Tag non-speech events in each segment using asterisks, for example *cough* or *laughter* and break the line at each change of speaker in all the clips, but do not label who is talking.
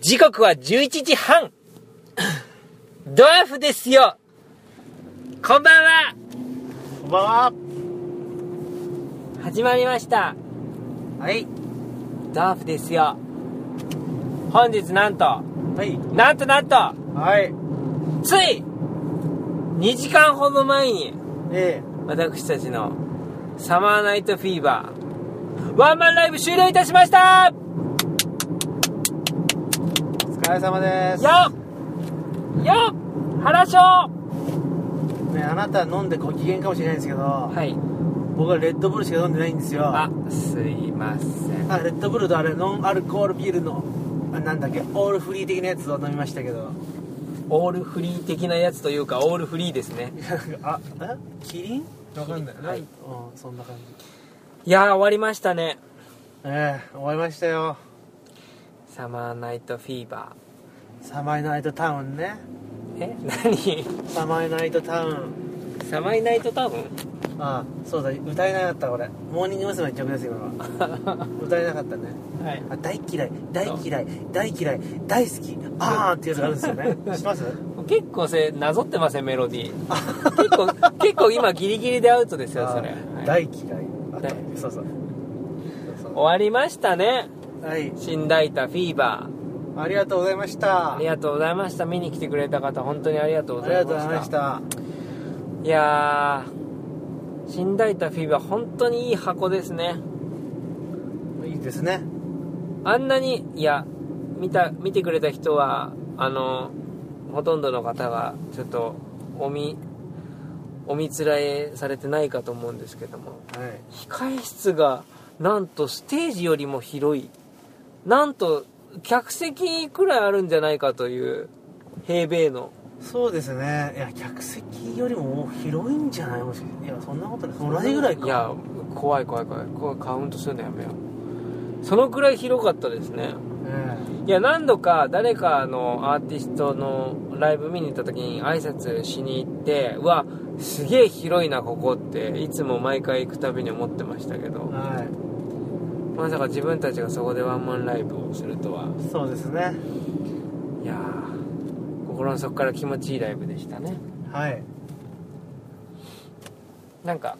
時刻は11時半。ドワーフですよ。こんばんは。
こんばんは。
始まりました。
はい。
ドワーフですよ。本日なんと、
はい。
なんとなんと、
はい。
つい !2 時間ほど前に、
え
私たちのサマーナイトフィーバー、ワンマンライブ終了いたしました
えお疲れ様です。
よっよっ原翔は
ね、あなた飲んでご機嫌かもしれないんですけど、
い。
僕はレッドブルしか飲んでないんですよ。
あ、すいません。
あレッドブルとあれ、ノンアルコールビールの、あなんだっけ、オールフリー的なやつを飲みましたけど。 *laughs*
オールフリー的なやつというか、オールフリーですね。
あ、えキリンわかんない。
はい
うん、そんな感じ。
いやー、終わりましたね。
ええ終わりましたよ。
サマーナイトフィーバ
サマイナイトタウンね。
ー。え *laughs* 何
サマイナイトタウン。
サマーナイトタ *laughs* ウン
あそうだ、歌えなかった、俺。モーニング娘。の
*laughs*
曲です、今のは。歌えなかったね。
はい。
あ大嫌い大嫌い大嫌い大好きあーっていうやつがあるんですよね
*laughs*
知ってます
結構それ、なぞってません、メロディー。結構、 *laughs* 結構今ギリギリでアウトですよ、それ。
あー
はい
大嫌いあ
大
そうそうそう
終わりましたね。
そうはい
新大田フィーバー。
ありがとうございました
ありがとうございました。見に来てくれた方、本当にありがとうご
あ
ざ
り
いまし
がとうご
た。
ざいました
いやー、新大田フィーバー、本当にいい箱ですね。
いいですね
あんなに、いや、見た、見てくれた人は、あの、ほとんどの方が、ちょっと、おみ、おみつらえされてないかと思うんですけども、
はい
控室が、なんとステージよりも広い。なんと、客席くらいあるんじゃないかという、平米の。
そうですねいや客席よりももう広いんじゃないもしかしていやそんなことない同じぐらいか
いや怖い怖い怖い怖いカウントするのやめようそのくらい広かったですね
え
いや何度か誰かのアーティストのライブ見に行った時に挨拶しに行ってうわすげえ広いなここっていつも毎回行くたびに思ってましたけ
え
ど
は
まさか自分たちがそこでワンマンライブをするとはい
そうですね
いやー心の底から気持ちいいライブでしたね
はい
なんか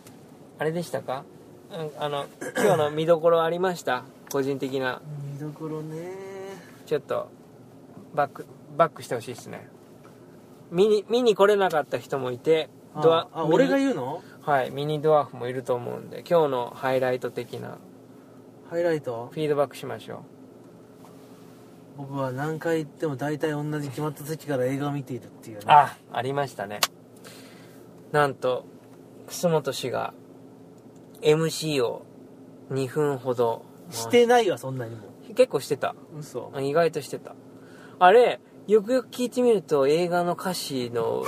あれでしたかうんあの今日の見どころありました個人的な
見どころね
ちょっとバックバックしてほしいですね見に見に来れなかった人もいて
あ
ドア
あ
ミニ
俺が言うの
はいミニドワーフもいると思うんで今日のハイライト的な
ハイライト
フィードバックしましょ
僕は何回行っても大体同じ決まった席から映画を見ているっていうね
うあありましたねなんと楠本氏が MC を2分ほど
してないわそんなにも
結構してた
嘘
意外としてたあれよくよく聞いてみると映画の歌詞の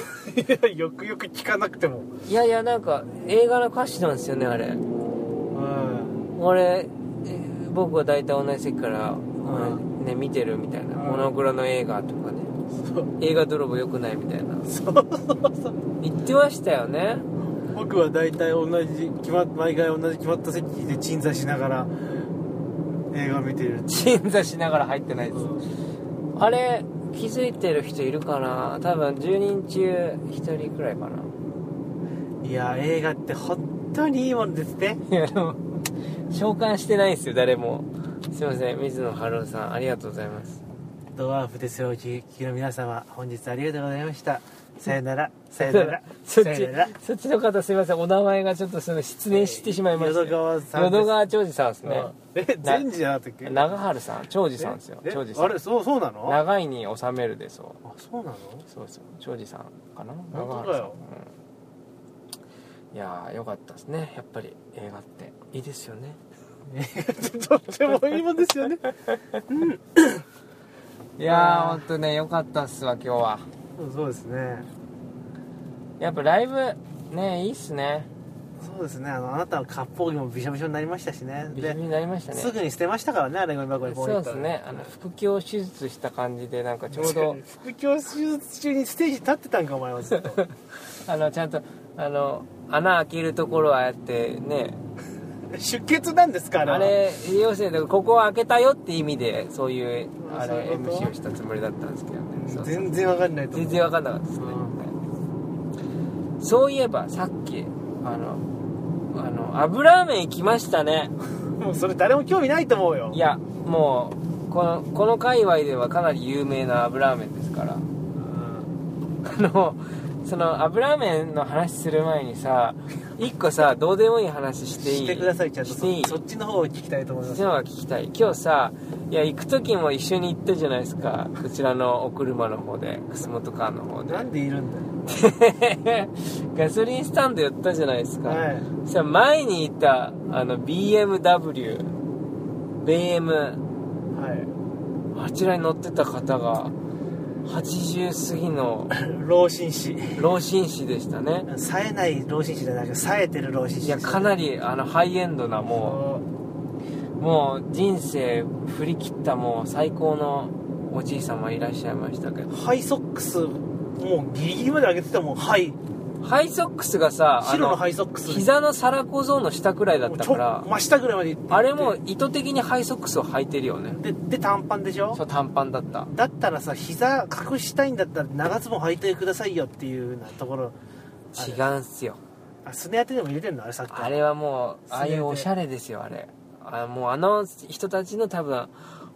よくよく聞かなくても
いやいやなんか映画の歌詞なんですよねあれ
うん
俺えー僕は大体同じ席から、
ん
ね、見てるみたいな、
うん
モノクロの映画とかね
そう
映画泥棒良くないみた *laughs* いな
そうそうそう
言ってましたよね
僕は大体同じ決まっ毎回同じ決まった席で鎮座しながら映画を見ている
鎮座しながら入ってないです
う
あれ気づいてる人いるかな多分10人中1人くらいかなん
いや映画って本当にいいもんですね
いやでも召喚してないですよ誰もすいません水野晴郎さんありがとうございます
ドワーフですよお聞きの皆様本日ありがとうございましたさよならさよなら
そっ
さ
ち
よなら
そっちの方すいませんお名前がちょっとその失念してしまいました
淀川さんです
淀川長治さんですね、
うんえ
な
善治じゃなかったっけ
長春さん長治さんですよ
え
長治さ
あ
ん
れそうそうなのあ
長いに収めるでそう
そうなの
そうそう長治さんかな
当だよ
長春さん、うんいやーよかったですねやっぱり映画っていいですよね
*laughs* とってもいいもんですよね
いやーほんとねよかったっすわ今日は
*laughs* そうですね
やっぱライブねいいっすね
そうですねあのあなたは割烹着もびしょびしょになりましたしね
美人
で
になりましたね
すぐに捨てましたからねあれゴミ箱にポイン
そ
ト
うですねあの腹腔手術した感じでなんかちょうど
副教手術中にステージ立ってたんかお前はず
*laughs*
っと
あのちゃんとあの穴開けるところはああやってね
出血なんですから
あれ要するにだからここを開けたよって意味でそういう
あ
あ
そう
れ
いうこと
MC をしたつもりだったんですけどねそうそう
全然わかんないと思
全
う
然分かんなかったですね、
う
はいそういえばさっきあのあの油ラーメン来ましたね
もうそれ誰も興味ないと思うよ
いやもうこのこの界隈ではかなり有名な油ラーメンですから
うん
あのその油ラーメンの話する前にさ一個さどうでもいい話していい
してくださいちゃんと
していい
そそっちの方を聞きたいと思い
そ
ま
っ
す
ちの方が聞きたい今日さいや行く時も一緒に行ったじゃないですかこちらのお車の方で楠本館の方で *laughs*
なんでいるんだよ
ガソリンスタンド寄ったじゃないですか、
はい
そしたら前にいたあの BMW BM *laughs*
はい
あちらに乗ってた方が80過ぎの
老紳士
老紳士でしたね
冴えない老紳士じゃないけど冴えてる老紳士
いやか
り
なりあのハイエンドなもうもう人生振り切ったもう最高のおじい様いらっしゃいましたけど
ハイソックスもうギリギリまで上げてたもんハイ
ハイソックスがさあ
白の
の
ハイソックス
膝の皿小僧の下くらいだっ
もう
た
ち
か
ょ
ら
真下ぐらいまで行って
あれも意図的にハイソックスを履いてるよね
でで短パンでしょ
そう短パンだった
だったらさ膝隠したいんだったら長ズボン履いてくださいよっていうようなところあれ
違うんすよ
あスネ当てでも入れてんのあれさっき
あれはもうああいうおしゃれですよあれあもうあの人たちの多分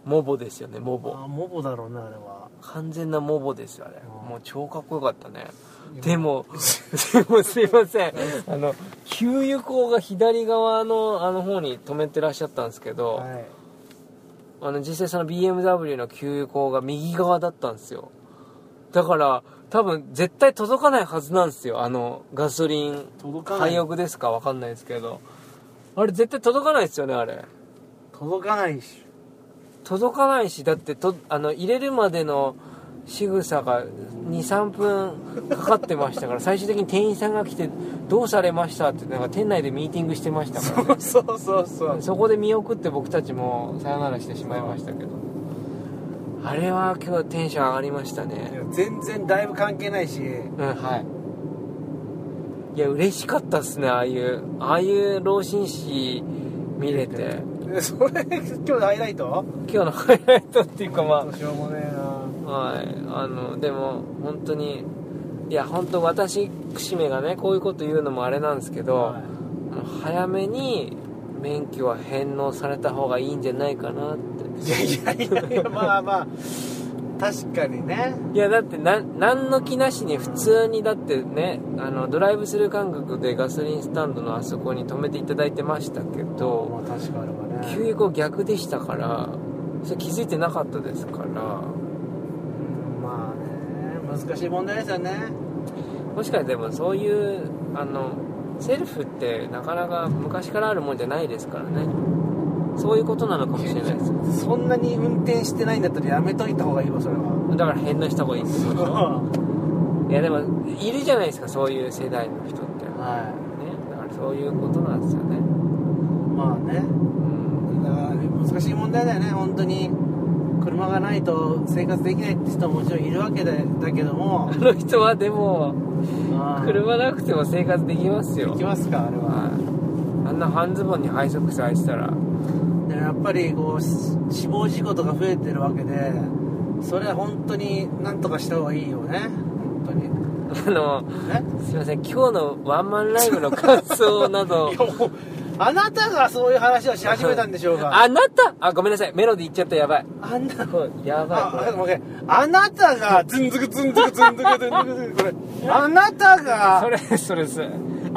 モボですよねモボ
あモボだろうなあれは
完全なモボですよあれ
うん
もう超かっこよかったねでもでもすいませんあの給油口が左側のあの方に止めてらっしゃったんですけど、
はい
あの実際その BMW の給油口が右側だったんですよだから多分絶対届かないはずなんですよあのガソリン
届かな
廃
い
浴ですかわかんないですけどあれ絶対届かないですよねあれ
届かないし
届かないしだってとあの入れるまでの仕草が23分かかってましたから最終的に店員さんが来て「どうされました?」ってなんか店内でミーティングしてましたから、ね、
そうそうそう
そこで見送って僕たちもさよならしてしまいましたけどあれは今日テンション上がりました
い
ね
や全然だいぶ関係ないし
うんはいいや嬉しかったっすねああいうああいう老紳士見れて
えそれ今日のハイライト
今日のハイライトっていうかま
しょうもねえな
あはいあのでも本当にいや本当私くしめがねこういうこと言うのもあれなんですけど、
はい
あの早めに免許は返納された方がいいんじゃないかなって
いやいやいやいやまあまあ確かにね
いやだってな何の気なしに普通にだってねあのドライブスルー感覚でガソリンスタンドのあそこに止めていただいてましたけど
まあ確かあればね
給油口逆でしたからそれ気づいてなかったですから
まあね難しい問題ですよね
もしかしたらでもそういうあのセルフってなかなか昔からあるもんじゃないですからねそういうことなのかもしれないです
そんなに運転してないんだったらやめといた方がいいわそれは
だから返納した方がいいってことでしょいやでもいるじゃないですかそういう世代の人ってね
は
だからそういうことなんですよね
いまあね
うん
だから難しい問題だよね本当に車がないと生活できないって人ももちろんいるわけでだけど *laughs* も
あの人はでも
で
車なくても生活できますよ
きますかあれは
はいあんな半ズボンにハイソックス履いてたら
でやっぱりこうし死亡事故とか増えてるわけでそれは本当になんとかした方がいいよね本当に
あの
ね
すいません今日のワンマンライブの感想など
いやもうあなたがそういう話をし始めたんでしょうが
あなたあごめんなさいメロディー言っちゃったやばい
あんな
これやばいこ
あ
れ
あごめんあなたがズンズクズンズクズンズクズンズクズンズクこれあなたが
それそれです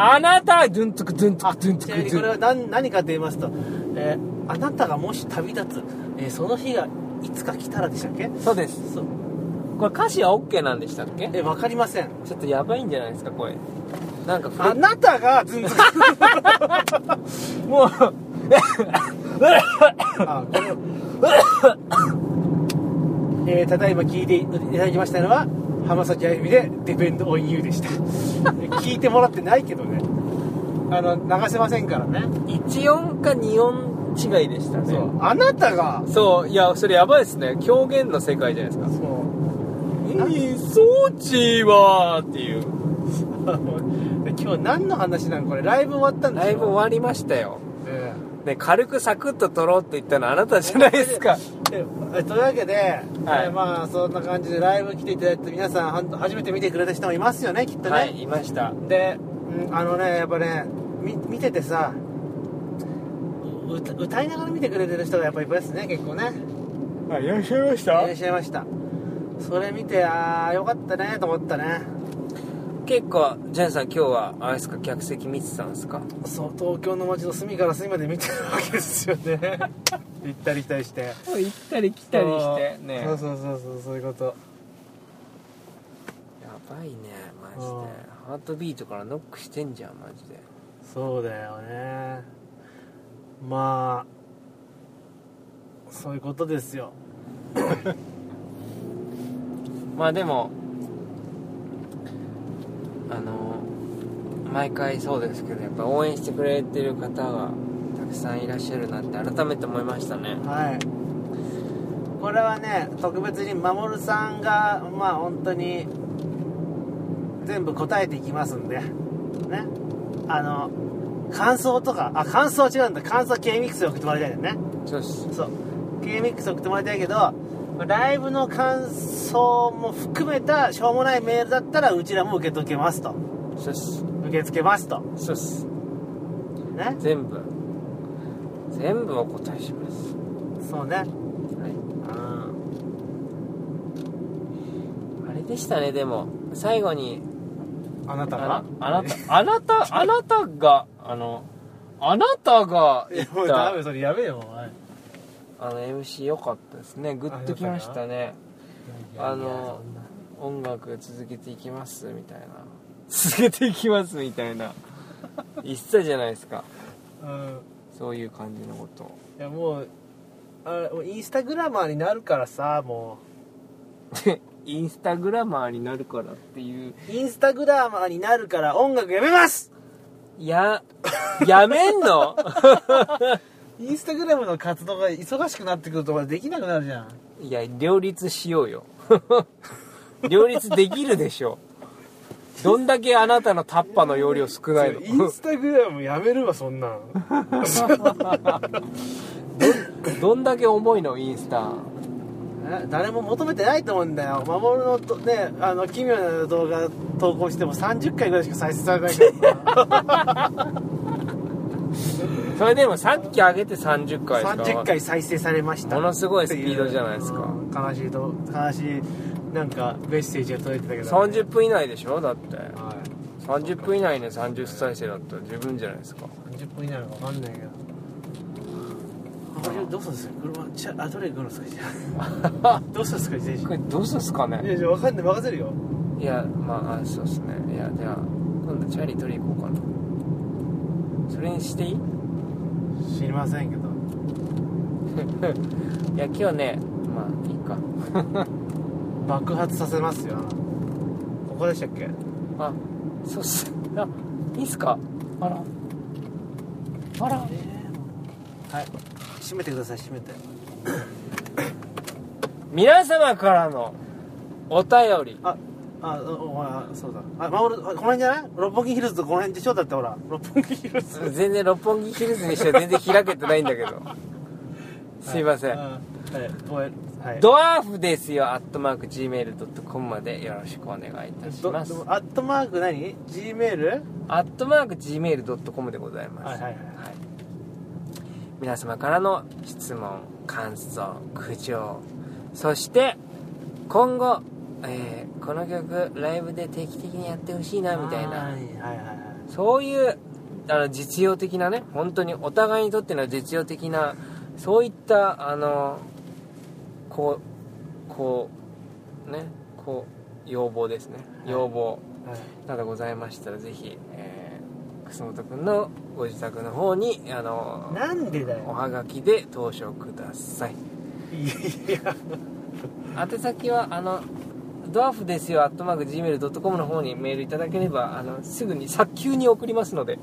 あなたドゥントゥクドゥントゥクドゥント
ち
ゥ
な
ク
みに
ド
こ
ゥン
れは何何かと言いますと、えーあなたがもし旅立つ、えーその日がいつか来たらでしたっけ
そうです
そう
これ歌詞は OK なんでしたっけ
えーわかりません
ちょっとやばいんじゃないですか声なんか
あなたがずんずく
もう
あこのえーただいま聞いていただきましたのは浜崎あゆみで「Depend on You」でした聞いてもらってないけどねあの流せませんからね
1音か2音違いでしたね
そうあなたが
そういやそれやばいですね狂言の世界じゃないですか
そう
装
*laughs*
置はっていう
今日何の話なんこれライブ終わったんでしょ
ライブ終わりましたよ
え
ね軽くサクッと取ろうって言ったのあなたじゃないですか
ええというわけで、えまあそんな感じでライブ来ていただいて皆さんはん初めて見てくれた人もいますよねきっとね、
はいいました
で、うん、あのねやっぱねみ見ててさう歌歌いながら見てくれてる人がやっぱいっぱいですね結構ね
あいらっしゃいまし
いらっしゃいましたそれ見てああよかったねと思ったね
結構ジェンさん今日はあれですか客席見てたんですか
そう東京の街の隅から隅まで見てるわけです
*laughs*
よね行ったり来たりして
行ったり来
来
たりしてね
そうそうそうそうそういうこと
やばいねマジで
うん
ハートビートからノックしてんじゃんマジで
そうだよねまあそういうことですよ
まあでもあの毎回そうですけどやっぱ応援してくれてる方がたくさんいらっしゃるなって改めて思いましたね
はいこれはね特別に守さんがまあ本当に全部答えていきますんでねあの感想とかあ感想は違うんだ感想は K ミックスで送ってもらいたいんだよね
そうっす
そう K ミックス送ってもらいたいけどライブの感想も含めたしょうもないメールだったらうちらも受け取けますと
そうっす
受け付けますと
そうっす
ね
全部全部お答えします
そうね
はい
うん
あれでしたねでも最後に
あなた
あ
が
なあなたあなたあなたがあのあなたが言っ
もうダ
た
メそれやめよお前
あの MC 良かったですねグッときましたねあの音楽続けていきますみたいな続けていきますみたいな言ってたじゃないですか
うん
そういう感じのことを
いやもうあもうインスタグラマーになるからさも
で *laughs* インスタグラマーになるからっていう
うインスタグラマーになるから音楽やめます
いややめんの *laughs*
インスタグラムの活動が忙しくなってくるとまだできなくなるじゃん
いや両立しよう *laughs* よ両立できるでしょどんだけあなたのタッパの容量少ないの
それインスタグラムやめるわそんなん
*laughs* どんだけ重いのインスタ
え誰も求めてないと思うんだよ守のとねあの奇妙な動画投稿しても30回ぐらいしか再生されないから
それでもさっき上げて30回ですか
30回再生されました
ものすごいスピードじゃないですか
うん悲しいと悲しいなんかメッセージが届いてたけど、
30分以内でしょだって
はい
30分以内ね30再生だったら十分じゃないですか
30分以内なのか分かんないけどこれどうするんですか車ちゃあどれ来るんですかじゃあどうするんですか自
*laughs*
転
これどうするっすか
車い
ね
やいや分かんない任せるよ
いやまああそうっすねいやじゃあ今度チャリ取り行こうかなそれにしていいい
知りませんけど
や今日ねまあいいか
爆発させますよここでしたっけ
あそうっすあいいっすかあらあら
はい閉めてください閉めて
皆様からのお便り
ああおお前あそうだあ守るあこの辺じゃない六本木ヒルズとこの辺でしょだってほら六本木ヒルズ
全然六本木ヒルズにしては全然開けてないんだけ *laughs* どすいません、
はいうんはいお前はい
ドワーフですよ、アットマーク Gmail.com までよろしくお願いいたし
ど
ます。
どアットマーク何 G メール
アットマーク Gmail.com でございます。
はいはいはい
皆様からの質問、感想、苦情、そして、今後、えーこの曲、ライブで定期的にやってほしいな、みたい
は
な、
いはいはい
そういう、あの、実用的なね、本当にお互いにとっての実用的な、そういった、あの、こう、こう、ね、こう、要望ですね。要望。
はい
などございましたらぜひ、えー、楠本くんのご自宅の方にあの
なんでだ
お
よ
はがきで投書ください
いや
宛先はあのドワーフですよ、アットマーク Gmail.com の方にメールいただければ、あの、すぐに、早急に送りますので、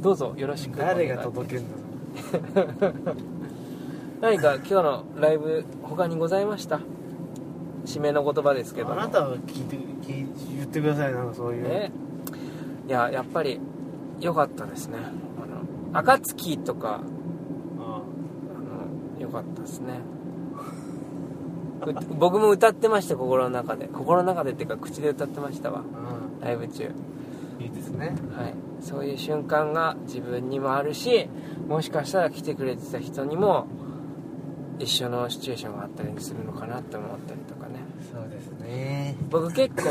どうぞよろしくお願い
誰が届けんだろ
何か今日のライブ、他にございました締めの言葉ですけど
う
も。
あなたは聞いて聞い言ってくださいなんかそういう、
ね、いややっぱり良かったですねあの暁とかかったですねう *laughs* 僕も歌ってました心の中で心の中でっていうか口で歌ってましたわ
う
ライブ中
んいいですね
はい、そういう瞬間が自分にもあるしもしかしたら来てくれてた人にも一緒のシチュエーションがあったりするのかなって思ったりとかね
そうですね
僕結構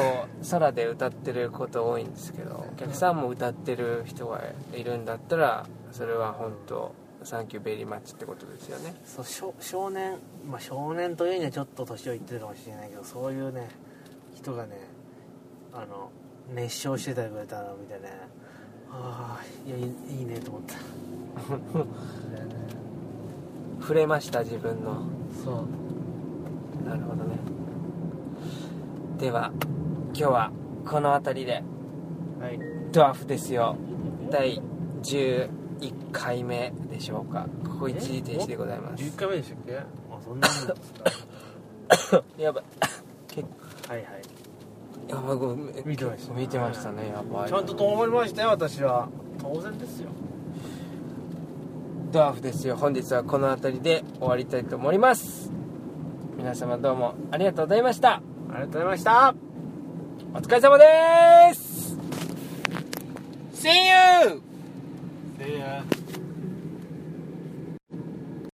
空で歌ってること多いんですけどお客さんも歌ってる人がいるんだったらそれは本当サンキューベリーマッチってことですよね
そう少少年まあ少年というにはちょっと年をいってるかもしれないけどそういうね人がねあの熱唱してたりくれたのを見てねああいやいいいいねと思った
触れました自分の
そう
なるほどねでは今日はこの辺りで
はい
ドワーフですよ第11回目でしょうかここ一時停止でございます
回目でしたっけあそんな *laughs* にですか
やばい *laughs*
はいはい
やばいごめん
見てました
見てましたねやばい
ちゃんとと思いましたよ私は当然ですよ
ドワーフですよ本日はこの辺りで終わりたいと思います皆様どうもありがとうございました
ありがとうございました
お疲れ様です See you!
See ya